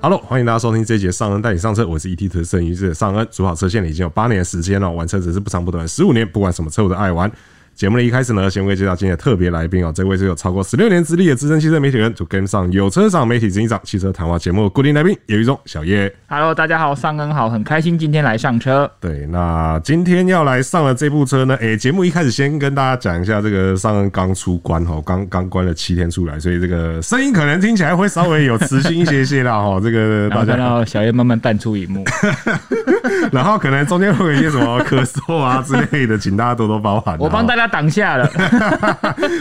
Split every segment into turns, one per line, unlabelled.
Hello，欢迎大家收听这一节上恩带你上车，我是 ET 特摄影师尚恩，主跑车线已经有八年的时间了，玩车只是不长不短，十五年，不管什么车我都爱玩。节目的一开始呢，先为介绍今天的特别来宾哦，这位是有超过十六年资历的资深汽车媒体人，主 Game 上有车赏媒体执行长，汽车谈话节目的固定来宾，也有一种小叶。
Hello，大家好，上恩好，很开心今天来上车。
对，那今天要来上的这部车呢，诶、节目一开始先跟大家讲一下，这个上恩刚出关哦，刚刚关了七天出来，所以这个声音可能听起来会稍微有磁性一些些啦哦哈，这个
然
大
后
家
看到小叶慢慢淡出 荧幕，
然后可能中间会有一些什么咳嗽啊之类的，请大家多多包涵啊。
我帮大家挡下 了。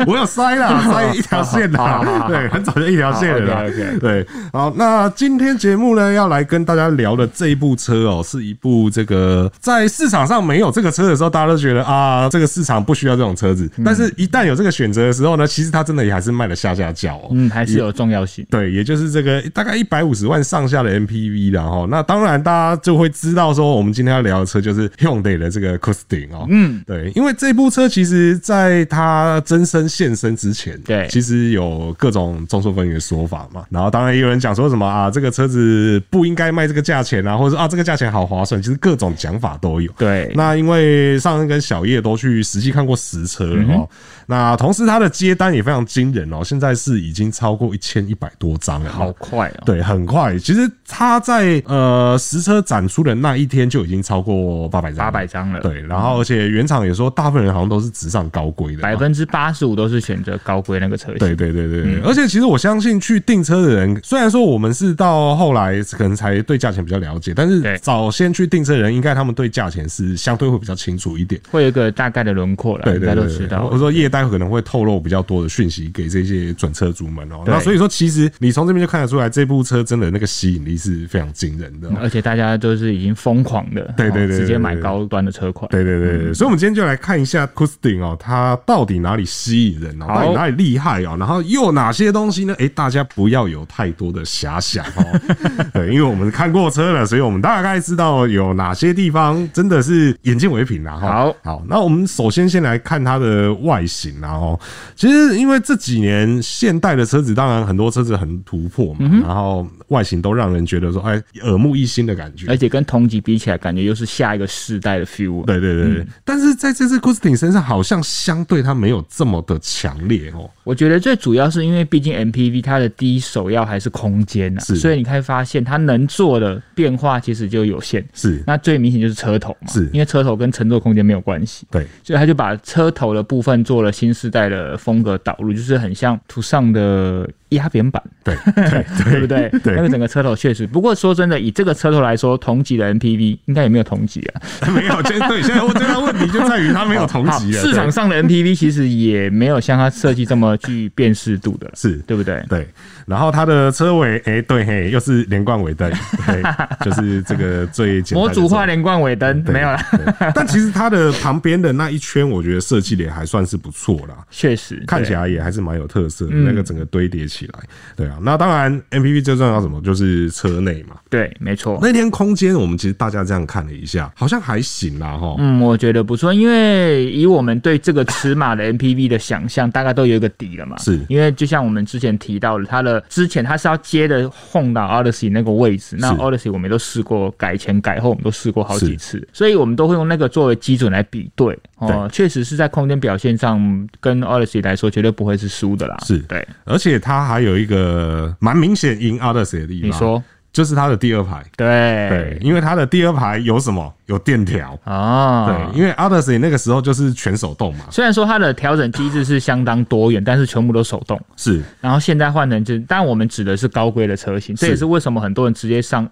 我有塞啦，塞一条线
好好
啦，
好
对，很早就一条线了啦
好，OK，OK。
对，好，那今天节目呢，要来跟大家聊的这一部车哦，是一部这个在市场上没有这个车的时候，大家都觉得啊，这个市场不需要这种车子，
嗯
但是一旦有这个选择的时候呢，其实它真的也还是卖得下下脚哦。
嗯，还是有重要性。
对，也就是这个大概一百五十万上下的 MPV 啦哈。那当然，大家就会知道说，我们今天要聊的车就是 Hyundai 的这个 c o s t i n 哦。嗯，对，因为这部车其实在它真身现身之前，
对
其实有各种众说纷纭的说法嘛。然后当然也有人讲说什么啊，这个车子不应该卖这个价钱啊，或者说啊这个价钱好划算，其实各种讲法都有。
对
那因为上恩跟小叶都去实际看过实车
嗯
了哦，那同时它的接单也非常惊人哦，现在是已经超过一千一百多张了。
好。快哦！
对，很快。其实它在呃实车展出的那一天就已经超过八百张，
800张了
对，然后而且原厂也说，大部分人好像都是直上高规的嘛，
百分之嗯八十五都是选择高规那个车型。
对对对对对，而且其实我相信去订车的人，虽然说我们是到后来可能才对价钱比较了解，但是
对
早先去订车的人，应该他们对价钱是相对会比较清楚一点。
会有一个大概的轮廓了，
对
应
对
该都
对
知
对，
道
我。说业代可能会透露比较多的讯息给这些准车主们哦、
对
那所以说，其实你从这边就看得出来，这部车真的那个吸引力是非常惊人的哦、
而且大家都是已经疯狂的，
对对对
哦
对
直接买
对对
高端的车款。嗯
对对对，对所以我们今天就来看一下 c o s t i n 哦，它到底哪里吸引人哦，
好
到底哪里厉害哦，然后又有哪些东西呢？诶，大家不要有太多的遐想 哦，对，因为我们看过车了，所以我们大概知道有哪些地方真的是眼见为凭啦、哈。
好
好，那我们首先先来看它的外形啊哦，其实因为这几年现代的车子，当然很多车子很突破嘛，
嗯
然后外形都让人觉得说，哎，耳目一新的感觉。
而且跟同级比起来，感觉又是下一个世代的 feel 哦了。
对对
嗯
对，对，但是在这次 c o s t i n 身上，好像相对它没有这么的强烈哦。
我觉得最主要是因为，毕竟 MPV 它的第一首要还是空间呐、啊
是
所以你可以发现它能做的变化其实就有限。
是，
那最明显就是车头嘛，
是
因为车头跟乘坐空间没有关系，
对，
所以他就把车头的部分做了新时代的风格导入，就是很像途尚的压扁 版，
对， 对，
对不对？
对
那个整个车头确实，不过说真的，以这个车头来说，同级的 MPV 应该也没有同级啊，
没有，就对，现在我最大问题就在于它没有同
好，
级了。
市场上的 MPV 其实也没有像它设计这么具辨识度的了，
是
对不对？
对，然后它的车尾，哎、对嘿，又是连贯尾灯， 对，就是这个最简单
模
的
组化
车
连贯尾灯
对
没有啦，
对但其实它的旁边的那一圈，我觉得设计的也还算是不错啦。
确实
看起
来
来也还是蛮有特色的，
嗯
那个整个堆叠起来，对啊。那当然，MPV 最重要什么就是车内嘛。
对，没错。
那天空间我们其实大家这样看了一下，好像还行啦哈。
嗯，我觉得不错，因为以我们对这个尺码的 MPV 的想象，大概都有一个底了嘛。
是
因为就像我们之前提到的，它的之前它是要接的 Honda Odyssey 那个位置，那
是
Odyssey 我们都试过改前改后，我们都试过好几次，所以我们都会用那个作为基准来比对。哦，确实是在空间表现上跟 Odyssey 来说，绝对不会是输的啦。
是
对，
而且它还有一个蛮明显赢 Odyssey 的地方，
你说哎
就是它的第二排。
对
对，因为它的第二排有什么？有电条。
啊，
对，因为 Odyssey 那个时候就是全手动嘛，
虽然说它的调整机制是相当多元，但是全部都手动。
是
然后现在换成就，但我们指的是高规的车型，这也是为什么很多人直接上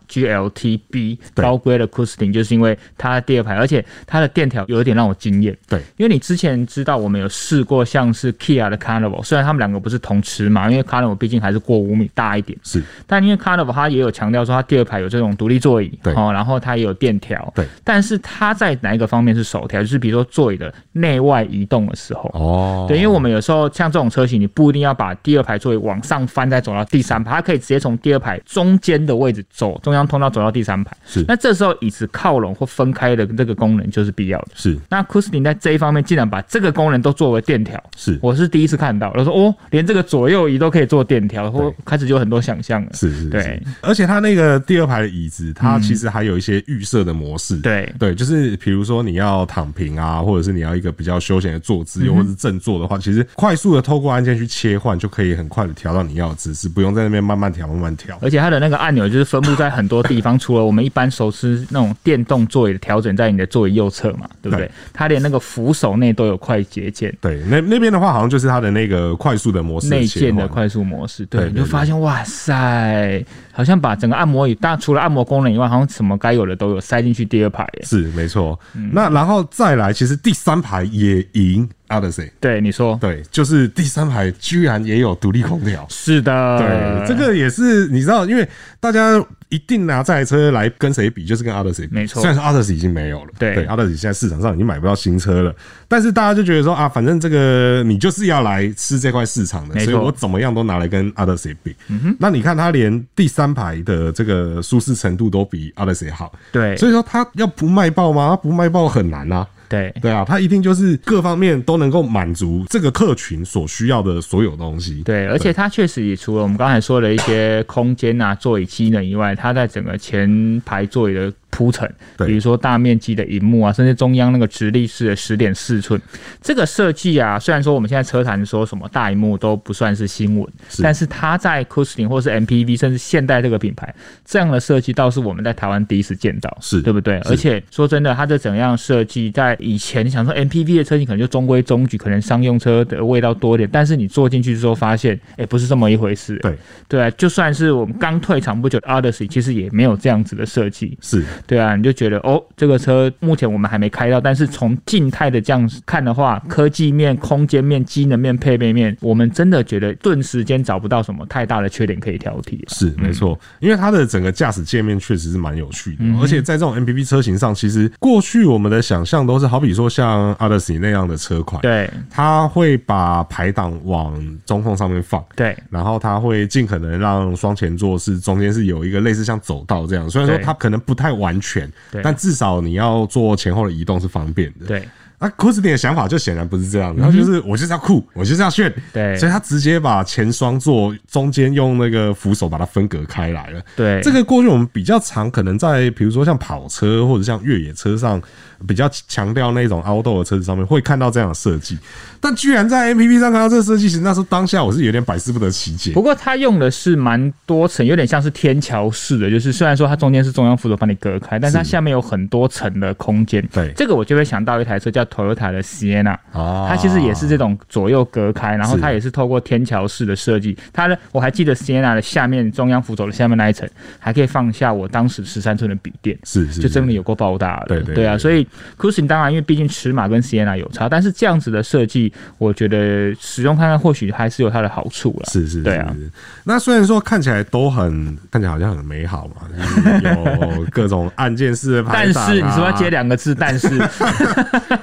GLTB
对
高规的 Cruising，就是因为它第二排，而且它的电条有一点让我惊艳。
对，
因为你之前知道我们有试过像是 Kia 的 Carnival，虽然他们两个不是同尺码，因为 Carnival 毕竟还是过五米大一点，
是
但因为 Carnival 它也有强调说它第二排有这种独立座椅，
对
哦，然后它也有电条，
对，
但是它在哪一个方面是首条？就是比如说座椅的内外移动的时候。
哦，
对，因为我们有时候像这种车型，你不一定要把第二排座椅往上翻再走到第三排，它可以直接从第二排中间的位置走中央通道走到第三排。
是
那这时候椅子靠拢或分开的这个功能就是必要的。
是
那库斯林在这一方面竟然把这个功能都作为电条，
是
我是第一次看到。我说哦，连这个左右移都可以做电条，
对
或开始就有很多想象了。
是是，
对嗯
是，而且它那个第二排的椅子，它其实还有一些预设的模式，
对
对，就是比如说你要躺平啊，或者是你要一个比较休闲的坐姿，
嗯
又或是正坐的话，其实快速的透过按键去切换，就可以很快的调到你要的姿势，不用在那边慢慢调慢慢调。
而且它的那个按钮就是分布在很多地方，除了我们一般熟知那种电动座椅的调整在你的座椅右侧嘛，对不对
对？
它连那个扶手内都有快捷键。
对，那那边的话，好像就是它的那个快速的模式
内
切
建的
换。
快速模式，对，
对
你
对
就发现哇塞，好像把整个按摩椅，但除了按摩功能以外，好像什么该有的都有塞进去第二排耶。
是没错，
嗯
那然后再来，其实第三排也赢 Odyssey，
对，你说
对，就是第三排居然也有独立空调，
是的，
对，这个也是你知道，因为大家一定拿这台车来跟谁比，就是跟 Odyssey 比
没错
虽然说 Odyssey 已经没有了，
对
对，Odyssey 现在市场上已经买不到新车了，但是大家就觉得说啊，反正这个你就是要来吃这块市场的，
没
所
错嗯
以我怎么样都拿来跟 Odyssey 比。那你看它连第三排的这个舒适程度都比 Odyssey 好，
对
所以说它要不卖爆吗？它不卖爆很难啊。
对
对啊，它一定就是各方面都能够满足这个客群所需要的所有东西。
对，而且它确实也除了我们刚才说的一些空间啊、座椅机能以外，它在整个前排座椅的铺陈，
对
比如说大面积的荧幕啊，甚至中央那个直立式的十点四寸，这个设计啊，虽然说我们现在车坛说什么大荧幕都不算是新闻，
是
但是它在 c o s t i n 或是 MPV 甚至现代这个品牌这样的设计，倒是我们在台湾第一次见到，
是
对不对？
是
而且说真的，它这怎样设计，在以前你想说 MPV 的车型可能就中规中矩，可能商用车的味道多一点，但是你坐进去之后发现，哎、不是这么一回事、
对
对啊，就算是我们刚退场不久的 Odyssey，其实也没有这样子的设计。
是
对啊，你就觉得哦，这个车目前我们还没开到，但是从静态的这样看的话，科技面、空间面、机能面、配备面，我们真的觉得顿时间找不到什么太大的缺点可以挑剔、啊。
是没错，因为它的整个驾驶界面确实是蛮有趣的，
嗯
而且在这种 MPV 车型上，其实过去我们的想象都是好比说像 Odyssey 那样的车款，
对
它会把排档往中控上面放。
对
然后它会尽可能让双前座是中间是有一个类似像走道这样，虽然说
对
它可能不太完全
对，
但至少你要做前后的移动是方便的。
对
那库斯丁的想法就显然不是这样的，他就是我就是要酷，我就是要炫，
嗯对
所以他直接把前双座中间用那个扶手把它分隔开来了。
对，
这个过去我们比较常可能在比如说像跑车或者像越野车上比较强调那种 outdoor 的车子上面会看到这样的设计，但居然在 MPV 上看到这个设计，其实那时候当下我是有点百思不得其解
不。过它用的是蛮多层，有点像是天桥式的，就是虽然说它中间是中央扶手帮你隔开，但是它
是
下面有很多层的空间。
对
这个我就会想到一台车叫 Toyota 的 Sienna，
哦
它其实也是这种左右隔开，然后
是
它也是透过天桥式的设计。它的我还记得 Sienna 的下面中央扶手的下面那一层，还可以放下我当时十三寸的笔电。
是是
就真
是
的有过爆大的，
对对
啊，
对
所以 Cruising 当然，因为毕竟尺码跟 Sienna 有差，但是这样子的设计，我觉得使用看看或许还是有它的好处啦。
是是，
对啊
是。是那虽然说看起来都很看起来好像很美好嘛，就是有各种按键式的排
但
档啊、
是你说要接两个字，但是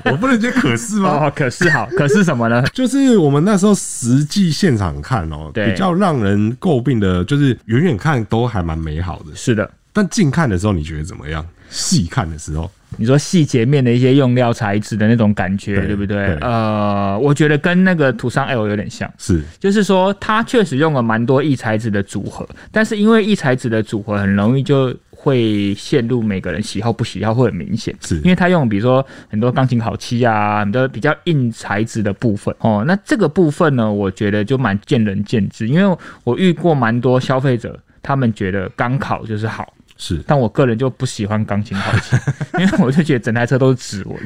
我不能接可是吗？
哦，可是好，可是什么呢？
就是我们那时候实际现场看哦、
对
比较让人诟病的，就是远远看都还蛮美好的，
是的，
但近看的时候你觉得怎么样？细看的时候，
你说细节面的一些用料材质的那种感觉，
对
对不对？
对
呃，我觉得跟那个途尚 L 有点像。
是
就是说，它确实用了蛮多异材质的组合，但是因为异材质的组合很容易就会陷入每个人喜好不喜好会很明显，
是
因为它用比如说很多钢琴烤漆啊，很多比较硬材质的部分哦。那这个部分呢，我觉得就蛮见仁见智，因为我遇过蛮多消费者，他们觉得钢烤就是好。
是
但我个人就不喜欢钢琴烤漆，因为我就觉得整台车都是指纹，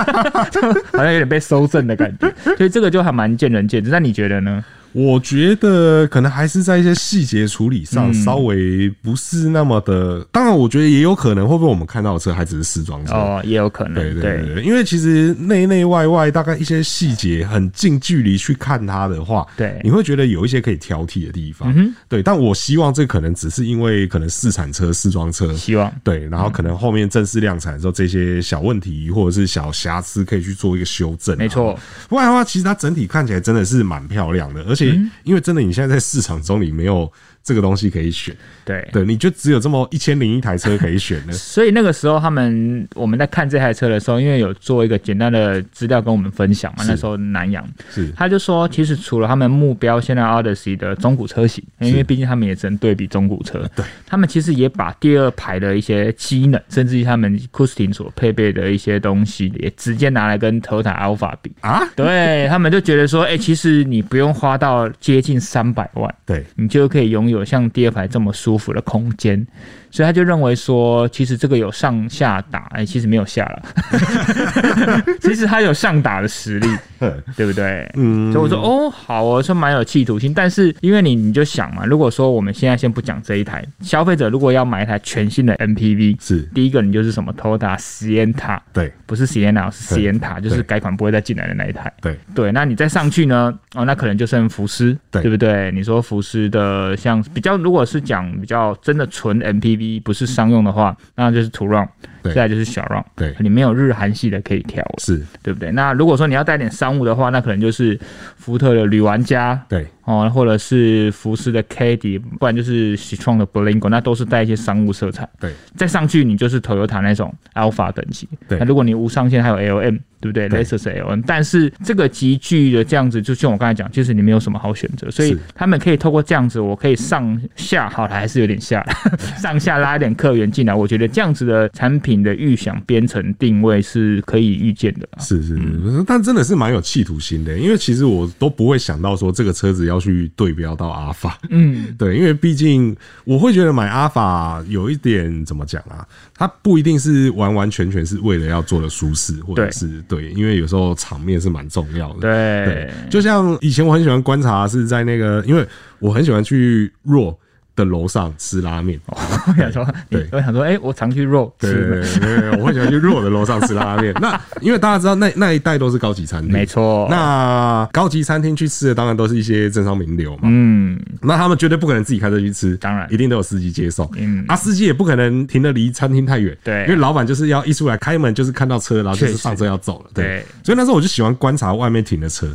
好像有点被搜证的感觉，所以这个就还蛮见仁见智。那你觉得呢？
我觉得可能还是在一些细节处理上
嗯
稍微不是那么的。当然，我觉得也有可能会不会我们看到的车还只是试装车。
哦，也有可能，
对对对，因为其实内内外外大概一些细节很近距离去看它的话，
对嗯
你会觉得有一些可以挑剔的地方。对，但我希望这可能只是因为可能试产车、试装车，
希望
对，然后可能后面正式量产的时候，这些小问题或者是小瑕疵可以去做一个修正、啊
没错，
不然的话，其实它整体看起来真的是蛮漂亮的，而且
嗯
因为真的你现在在市场中你没有这个东西可以选，
对。。
对，你就只有这么一千零一台车可以选了
所以那个时候，他们我们在看这台车的时候，因为有做一个简单的资料跟我们分享嘛。那时候南洋
是
他就说，其实除了他们目标现在 Odyssey 的中古车型，因为毕竟他们也只能对比中古车，对，他们其实也把第二排的一些机能，甚至于他们 Custin 所配备的一些东西，也直接拿来跟 Toyota Alpha 比。
啊，
对他们就觉得说，哎、其实你不用花到接近三百万，
对，
你就可以拥有像第二排这么舒服的空间，所以他就认为说，其实这个有上下打，哎、其实没有下了， 其实他有上打的实力，对不对？嗯，所以我说哦，好哦，说蛮有企图心，但是因为你你就想嘛，如果说我们现在先不讲这一台，消费者如果要买一台全新的 MPV，
是
第一个你就是什么 Toyota Sienna，
对
不是 Sienna 是
对
Sienna，就是改款不会再进来的那一台。
对
对，那你再上去呢？哦，那可能就剩福斯，
对
不对？你说福斯的像比较，如果是讲比较真的纯 MPV 不是商用的话，那就是途 r o
对
再来就是小 r o
对
你没有日韩系的可以挑了，
是，
对不对？那如果说你要带点商务的话，那可能就是福特的旅玩家。
对
哦，或者是福斯的 Caddy，不然就是 Citroen 的 Blingo，那都是带一些商务色彩。
对
再上去你就是 Toyota 那种 Alpha 等级。
对
那如果你无上限还有 LM，对不对
对
？Lexus LM，但是这个集聚的这样子，就像我刚才讲，其实你没有什么好选择，所以
是
他们可以透过这样子，我可以上下好了，还是有点下 上下拉一点客源进来，我觉得这样子的产品的预想编程定位是可以预见的。
是是是，但真的是蛮有企图心的，因为其实我都不会想到说这个车子要去对标到阿尔法，嗯， 对，因为毕竟我会觉得买阿尔法有一点怎么讲啊，它不一定是完完全全是为了要做的舒适，或者
对
是对，因为有时候场面是蛮重要的，对
对，
就像以前我很喜欢观察是在那个，因为我很喜欢去弱的楼上吃拉面，
我想说，你
对
我想说，哎、我常去肉
对
吃
对对对，对我很喜欢去弱的楼上吃拉面。那因为大家知道那那一带都是高级餐厅，
没。错。
那高级餐厅去吃的当然都是一些政商名流嘛，
嗯，
那他们绝对不可能自己开车去吃，
当然
一定都有司机接送。
嗯
啊，司机也不可能停的离餐厅太远，
对啊
因为老板就是要一出来开门就是看到车，然后就是上车要走了，
对哦
对。所以那时候我就喜欢观察外面停的车。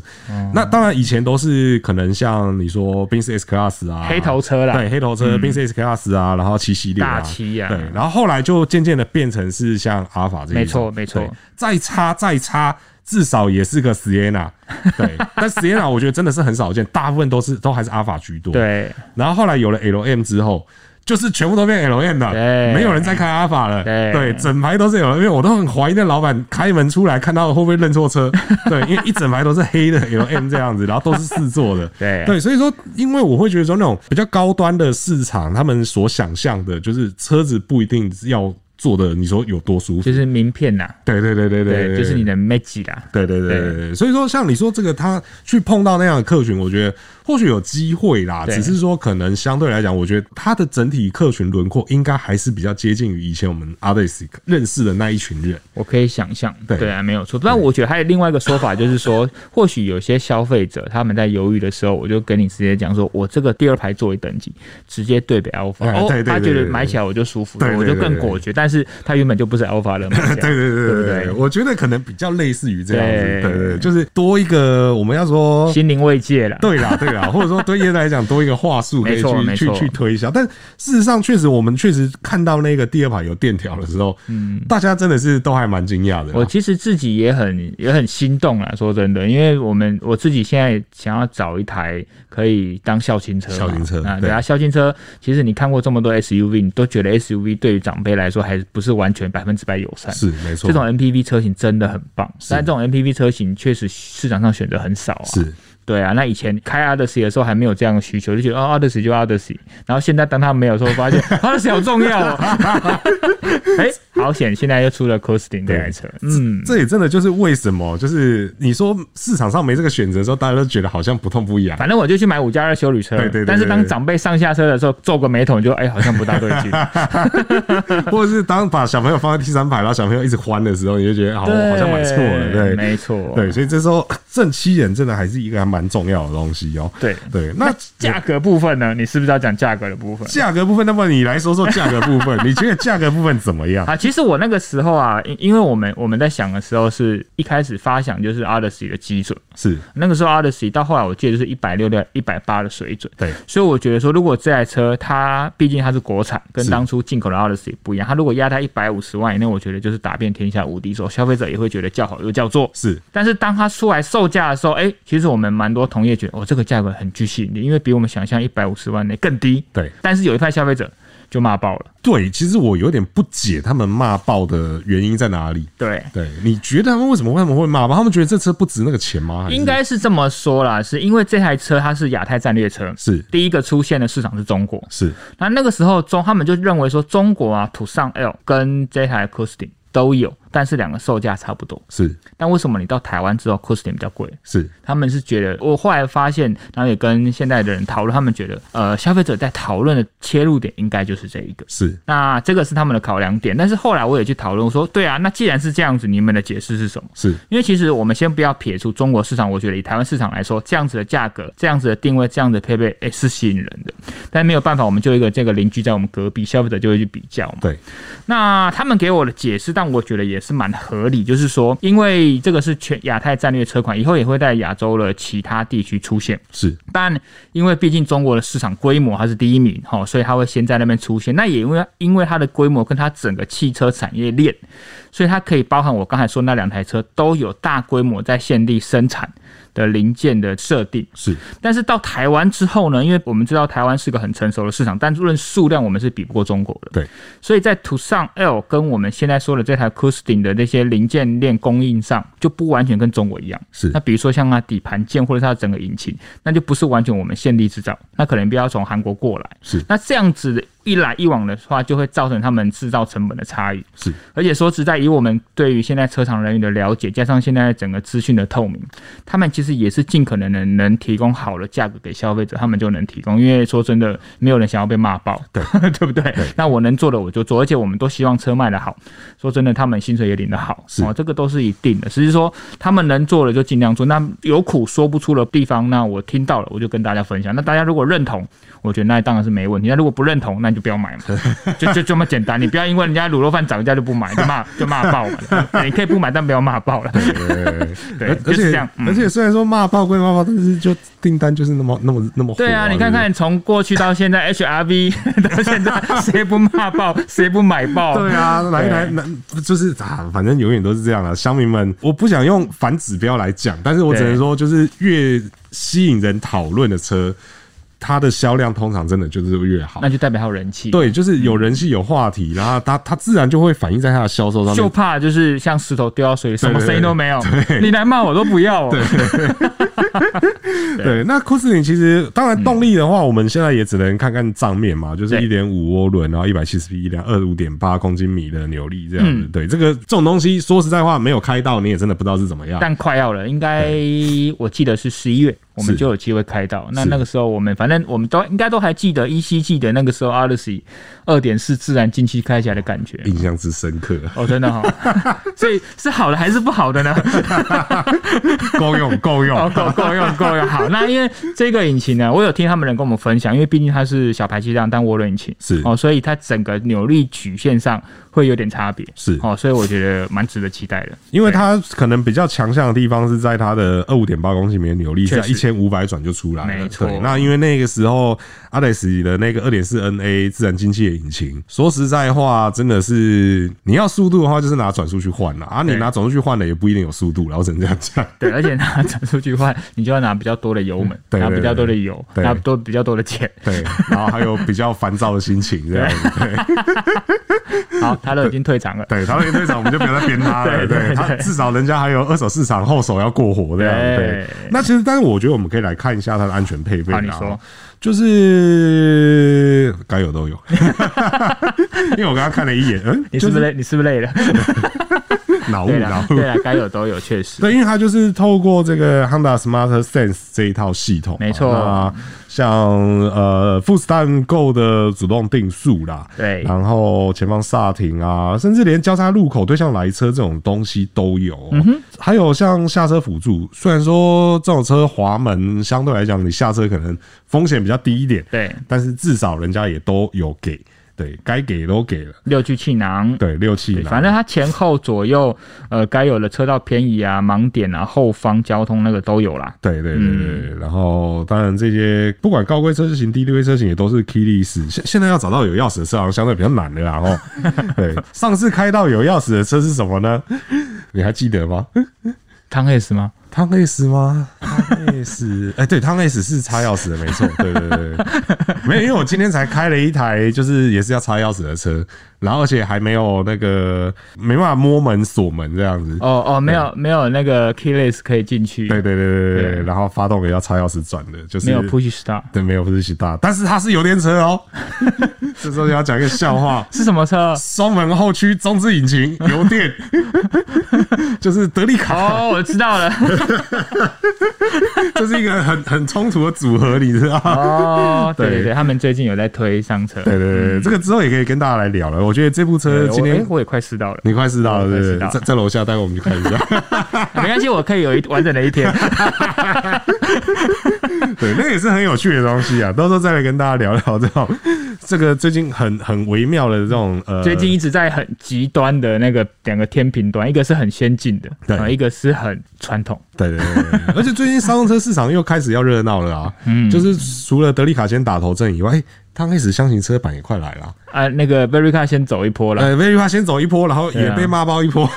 那当然以前都是可能像你说宾士 S Class 啊，
黑头车啦嗯
对，黑头车宾士 S Class 啊，然后七系列啊，
大七啊
对，然后后来就渐渐的变成是像阿尔法这一种，
没错没错
对，再差再差。至少也是个 Sienna，对，但 Sienna 我觉得真的是很少见，大部分都是都还是 Alpha 居多。，
对
然后后来有了 LM 之后，就是全部都变 LM 了，
对
没有人再开 Alpha 了，
对
整排都是 LM，因为我都很怀疑那老板开门出来看到会不会认错 车，对，因为一整排都是黑的 LM 这样子，然后都是四座的，
对
对，所以说，因为我会觉得说那种比较高端的市场，他们所想象的就是车子不一定要做的，你说有多舒服，
就是名片呐、
对对对对对，
对，就是你的 Magic 啦。
对对对对对，所以说像你说这个，他去碰到那样的客群，我觉得或许有机会啦，
对
只是说可能相对来讲，我觉得他的整体客群轮廓应该还是比较接近于以前我们阿德斯认识的那一群人。
我可以想象，
对
对啊，没有错。但我觉得还有另外一个说法，就是说， 或许有些消费者他们在犹豫的时候，我就跟你直接讲说，我这个第二排座位等级直接对比 Alpha，、
哎对对对
哦，他觉
对
得
对
买起来我就舒服了，
对对
我就更果决。但是他原本就不是 Alpha 的买家，
对对对
对
对
不
对，我觉得可能比较类似于这样子，对
对
对对，就是多一个我们要说
心灵慰藉啦。
对 啦，对啦，或者说对业界来讲多一个话术可以
没错
去
没
去
错
去推销，但事实上确实我们确实看到那个第二排有电条的时候，嗯，大家真的是都还蛮惊讶的啦。
我其实自己也很也很心动啦，说真的，因为我们我自己现在想要找一台可以当孝亲车嘛，
孝亲车
啊，
对
对啊，孝亲车，其实你看过这么多 SUV，你都觉得 SUV 对于长辈来说还不是完全百分之百友善，
是没错，
这种 MPV 车型真的很棒，但这种 MPV 车型确实市场上选择很少啊。
是
对啊，那以前开 Odyssey 的时候还没有这样的需求，就觉得哦 Odyssey 就 Odyssey，然后现在当它没有的时候，发现 Odyssey 好重要哦。 哎、好险，现在又出了 Costing 这台车，嗯，
这也真的就是为什么，就是你说市场上没这个选择的时候，大家都觉得好像不痛 不痒。
反正我就去买五加二修旅车。
对对对对
但是当
对
长辈上下车的时候，皱个眉头，你就哎、好像不大对 劲。
或者是当把小朋友放在第三排，然后小朋友一直欢的时候，你就觉得好，啊我好像买错了，对，
没错，
对，所以这时候正七人真的还是一个还蛮重要的东西哦、
对
对，那
价格部分呢？你是不是要讲价格的部分？
价格部分，那么你来说说价格部分，你觉得价格部分怎么 样？
啊，其实我那个时候啊，因因为我们我们在想的时候是一开始发想就是 Odyssey 的基准，
是
那个时候 Odyssey 到后来我记得就是一百六到一百八的水准，
对，
所以我觉得说，如果这台车它毕竟它是国产，跟
是
当初进口的 Odyssey 不一样，它如果压在一百五十万以内，我觉得就是打遍天下无敌手，消费者也会觉得叫好又叫座。
是，
但是当它出来售价的时候，哎、其实我们蛮多同业觉得，哦，这个价格很具吸引力，因为比我们想象一百五十万内更低。
对
但是有一派消费者就骂爆了，
对，其实我有点不解他们骂爆的原因在哪里。
对，
对，你觉得他们为什么会他们会骂爆？他们觉得这车不值那个钱吗？还是
应该是这么说啦，是因为这台车它是亚太战略车，
是
第一个出现的市场是中国，
是
那那个时候中他们就认为说中国啊，途尚 L 跟这台 Costing 都有，但是两个售价差不多。
是
但为什么你到台湾之后 Costing 比较贵？
是
他们是觉得，我后来发现，然后也跟现在的人讨论，他们觉得，呃，消费者在讨论的切入点应该就是这一个。
是，
那这个是他们的考量点，但是后来我也去讨论说，对啊，那既然是这样子，你们的解释是什么？
是
因为其实我们先不要撇除中国市场，我觉得以台湾市场来说，这样子的价格、这样子的定位、这样的配备，哎、是吸引人的。但没有办法，我们就一个这个邻居在我们隔壁，消费者就会去比较嘛。
对
那他们给我的解释，但我觉得也是蛮合理，就是说，因为这个是全亚太战略车款，以后也会在亚洲的其他地区出现。
是
但因为毕竟中国的市场规模它是第一名，哈，所以它会先在那边出现。那也因为因为它的规模跟它整个汽车产业链，所以它可以包含我刚才说那两台车都有大规模在现地生产的零件的设定。
是
但是到台湾之后呢，因为我们知道台湾是个很成熟的市场，但论数量我们是比不过中国的。
对，
所以在途尚 L 跟我们现在说的这台 Custin 的那些零件链供应上，就不完全跟中国一样。
是
那比如说像它底盘件或者是它整个引擎，那就不是完全我们现地制造，那可能必须要从韩国过来。
是
那这样子的一来一往的话，就会造成他们制造成本的差异。
是
而且说实在，以我们对于现在车厂人员的了解，加上现在整个资讯的透明，他们其实也是尽可能能能提供好的价格给消费者，他们就能提供。因为说真的，没有人想要被骂爆，对 对不对？那我能做的我就做，而且我们都希望车卖得好。说真的，他们薪水也领得好，
是
哦，这个都是一定的。只是说他们能做的就尽量做，那有苦说不出的地方，那我听到了我就跟大家分享。那大家如果认同，我觉得那当然是没问题。那如果不认同，那你就不 要买嘛。就就这么简单，你不要因为人家卤肉饭涨价就不买，就骂 就骂爆了。你可以不买，但不要骂爆了。 对，
而
就是
且
这样。嗯
而且虽然说骂爆归骂爆，但是就订单就是那么那么那么火
对啊，你看看从过去到现在，HRV 到现在，谁不骂爆，谁不买爆？
对啊，来来来，就是啊，反正永远都是这样啊。乡民们，我不想用反指标来讲，但是我只能说，就是越吸引人讨论的车，它的销量通常真的就是越好
那。就代表还有人气。
对，就是有人气、有话题，然后它它自然就会反映在它的销售上
就
面。
怕就是像石头丢到水里，什么
对对
声音都没有。你来骂我都不要哦。
对，那库斯林其实当然动力的话，我们现在也只能看看账面嘛，就是
嗯对
一点五涡轮，然后一百七十匹力，两二五点八公斤米的扭力这样
嗯
子。对，这个这种东西，说实在话，没有开到你也真的不知道是怎么样。
但快要了，应该我记得是十一月，我们
是
就有机会开到。那
是
那个时候我们反正我们都应该都还记得依稀记得那个时候 Odyssey 二点四自然进气开起来的感觉。
印象之深刻，
哦，真 的哈、所以是好的还是不好的呢？
够用够用。
哦，够够用够用。好，那因为这个引擎呢，我有听他们人跟我们分享，因为毕竟它是小排气量单涡轮引擎，
是
哦，所以它整个扭力曲线上会有点差别，
是
哦，所以我觉得蛮值得期待的。
因为它可能比较强项的地方是在它的二五点八公斤米的扭力，在一
确
千五百转就出来了。
没错
对那因为那个时候阿雷斯的那个二点四 NA 自然进气的引擎，说实在话，真的是你要速度的话，就是拿转速去换了啊，你
对
拿转速去换了也不一定有速度啦，我只能这样讲。
对，而且它转出去的话，你就要拿比较多的油门，
嗯对对
拿比较多的油，
对
拿多比较多的钱。
对， 然后还有比较烦躁的心情这样子。
好，他都已经退场了。
对，他那个队长我们就不要再编他了。
对
对
对对
他至少人家还有二手市场后手要过活这样。啊
对
对，那其实但是我觉得我们可以来看一下它的安全配备
好你
啦
说
就是该有都有， 因为我刚刚看了一眼，嗯，
你
就是
不是累？你是不是累了？
脑雾啊
对
脑
啦，
雾
对。啦，该有都有，确 实。
对，因为它就是透过这个 Honda Smart Sense 这一套系统嘛，啊
没错
那像呃富士探购的主动定速啦，
对
然后前方刹停啊，甚至连交叉路口对向来车这种东西都有哦、
嗯
还有像下车辅助，虽然说这种车滑门相对来讲你下车可能风险比较低一点，
对，
但是至少人家也都有给，对该给都给了，
六具气囊，
对六气
对
囊，
反正它前后左右，呃，该有的车道偏移啊、盲点啊、后方交通那个都有啦。
对对对对，对然后当然这些不管高规车型、低规车型也都是 key 历史。现现在要找到有钥匙的车好像相对比较难了 啦。哦，对，上次开到有钥匙的车是什么呢？你还记得吗？
汤 S 吗？
汤 S 吗？汤 S，哎， 对，汤 S 是插钥匙的，没错。 对对对，对没有，因为我今天才开了一台，就是也是要插钥匙的车，然后而且还没有那个没办法摸门锁门这样子。
哦哦，没有没有那个 keyless 可以进去，
对对对对对，
对
对然后发动也要插钥匙转的，就是
没有 push start。
对，没有不是西大，但是它是油电车哦。 这时候要讲一个笑话，
是什么车？
双门后驱中置引擎油电， 就是德利卡，
哦，我知 道了。
这是一个很很冲突的组合，你知道吗？
哦，对对
对
对，他们最近有在推上车。
对对对对，这个之后也可以跟大家来聊了。我觉得这部车
我
今
诶
天
我也快试到了，
你快知道了，
我
对
快
不
知
对
道了
在在楼下，待会我们去看一下。
啊没关系，我可以有一完整的 一天。
对，那也是很有趣的东西啊，到时候再来跟大家聊聊这种这个最近很很微妙的这种呃，
最近一直在很极端的那个两个天平端，一个是很先进的，
对
啊一个是很传统。
对对对对，对而且最近商用车市场又开始要热闹了啊！嗯，就是除了德利卡先打头阵以外，哎汤 S 箱型车版也快来了啊。
啊，那个 Verica 先走一波了，
呃，德利卡先走一波，然后也被骂爆一波。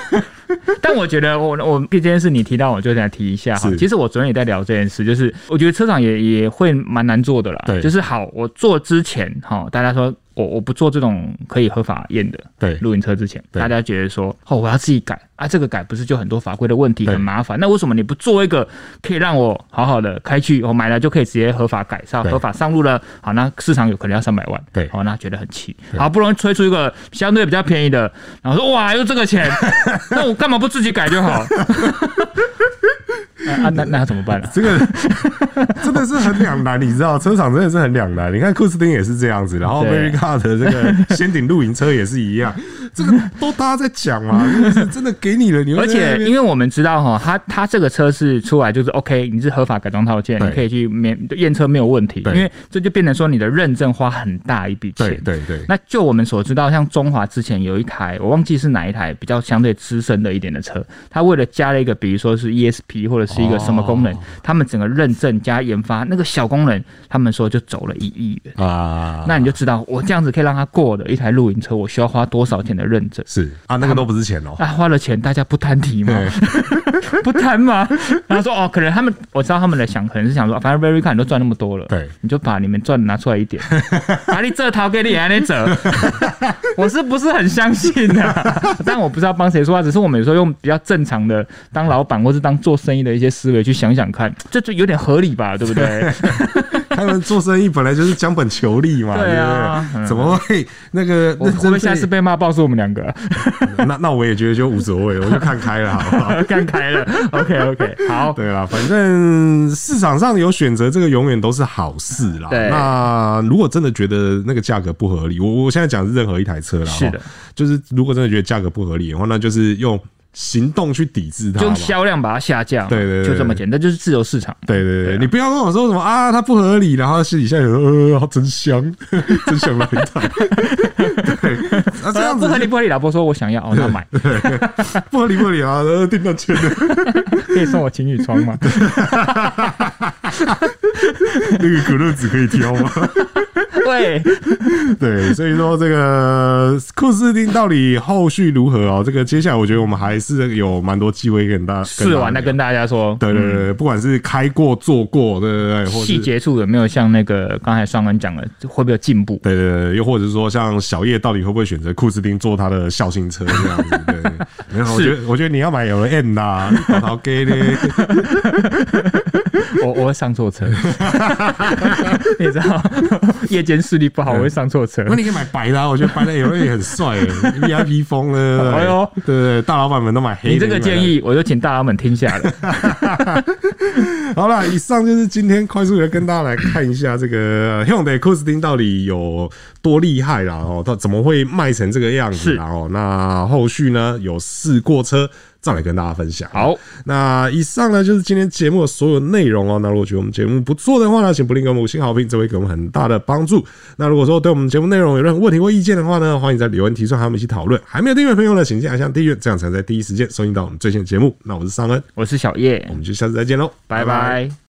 但我觉得我我这件事你提到，我就想提一下哈
是。
其实我昨天也在聊这件事，就是我觉得车厂也也会蛮难做的啦。
对
就是好，我做之前哈，大家说我我不做这种可以合法验的
对
露营车之前，
对
大家觉得说哦，我要自己改啊，这个改不是就很多法规的问题
对
很麻烦？那为什么你不做一个可以让我好好的开去，我哦买了就可以直接合法改上
对
合法上路了？好，那市场有可能要三百万，
对
好，那觉得很气，好不容易推出一个相对比较便宜的，然后说哇，又这 个钱，那我干嘛不自己改就好？ 啊，那那怎么办啊？
这个真的是很两难，你知道，车厂真的是很两难。你看库斯丁也是这样子，然后
对
Verica 的这个先顶露营车也是一样，这个都大家在讲 嘛，就是真的给你了，你会
而
在那
且，
边
因为我们知道哈，它它这个车是出来就是 OK，你是合法改装套件，
对
你可以去免验车没有问题，因
对
为这就变成说你的认证花很大一笔钱。
对对对
那就我们所知道，像中华之前有一台，我忘记是哪一台比较相对资深的一点的车，它为了加了一个，比如说是 ESP 或者是一个什么功能，
哦
他们整个认证加研发那个小功能，他们说就走了一亿元。
啊，
那你就知道，我这样子可以让它过的一台露营车，我需要花多少钱的认证？
是啊，那个都不是钱哦、
啊，花了钱，大家不摊题吗？ 不摊吗？然后说哦，可能他们我知道他们的想，可能是想说，反正 Verica 你都赚那么多了，
对
你就把你们赚的拿出来一 点，把你这套给你还得折， 我是不是很相信的、 但我不知道帮谁说话，只是我们有时候用比较正常的当老板或是当做生意的一些思维去想想看，这就有点合理吧，对 不对？
他们做生意本来就是将本求利嘛，
对啊
对不对？怎么会那个
我
认
会不
真
会下次被骂爆是我们两 个
那那我也觉得就无所谓，我就看开了，好不 好？
干开了？OK OK，好，
对啦，反正市场上有选择，这个永远都是好事啦。
对
那如果真的觉得那个价格不合理，我我现在讲的是任何一台车啦，
是的
齁，就是如果真的觉得价格不合理的话，那就是用行动去抵制它
就
嘛
用。销量把它下降，
对对对
就这么简单，就是自由市场。
对对
对
对，
啊
你不要跟我说什么啊，它不合理，然后私底下有呃，好真香， 真想来一台。对，啊这样子
不合理不合理，老婆说我想要，哦，那买，
不合理不合理啊，呃，订到钱了。
可以送我情侣装 吗？
那个可乐纸可以挑吗？
对，
对，所以说这个库斯丁到底后续如何哦？这个接下来我觉得我们还是有蛮多机会跟大家
试完再
跟
跟大家说。
大家聊对对对，对不管是开过做过，对对对，或
嗯细
是。
节处有没有像那个刚才双文讲的，会不会有进步？
对对对，又或者是说，像小叶到底会不会选择库斯丁做他的孝心车这样子？对，然后我觉得，我觉得你要买 L N 呐，淘淘 gay 嘞，
我我会上错车， 你知道，夜间视力不好，我会上错车。
嗯那你可以买白的、 啊，我觉得白的 L N 也很帅耶，VIP 风了。
哎呦
对对对，大老板们都买黑的。
你这个
买蓝
建
的
议，我就请大佬们听下了。
好了，以上就是今天快速的跟大家来看一下这个呃 Hyundai 库斯丁到底有多厉害啦哦，它怎么会卖成这个样子啦哦？那后续呢有试过车再来跟大家分享。
好，
那以上呢就是今天节目的所有内容哦。那如果觉得我们节目不错的话呢，请不吝给我们五星好评，这会给我们很大的帮助。那如果说对我们节目内容有任何问题或意见的话呢，欢迎在留言提出，和我们一起讨论。还没有订阅的朋友呢，请记得按下订阅，这 样才能在第一时间收听到我们最新的节目。那我是尚恩，
我是小叶
我，们就下次再见喽，
拜拜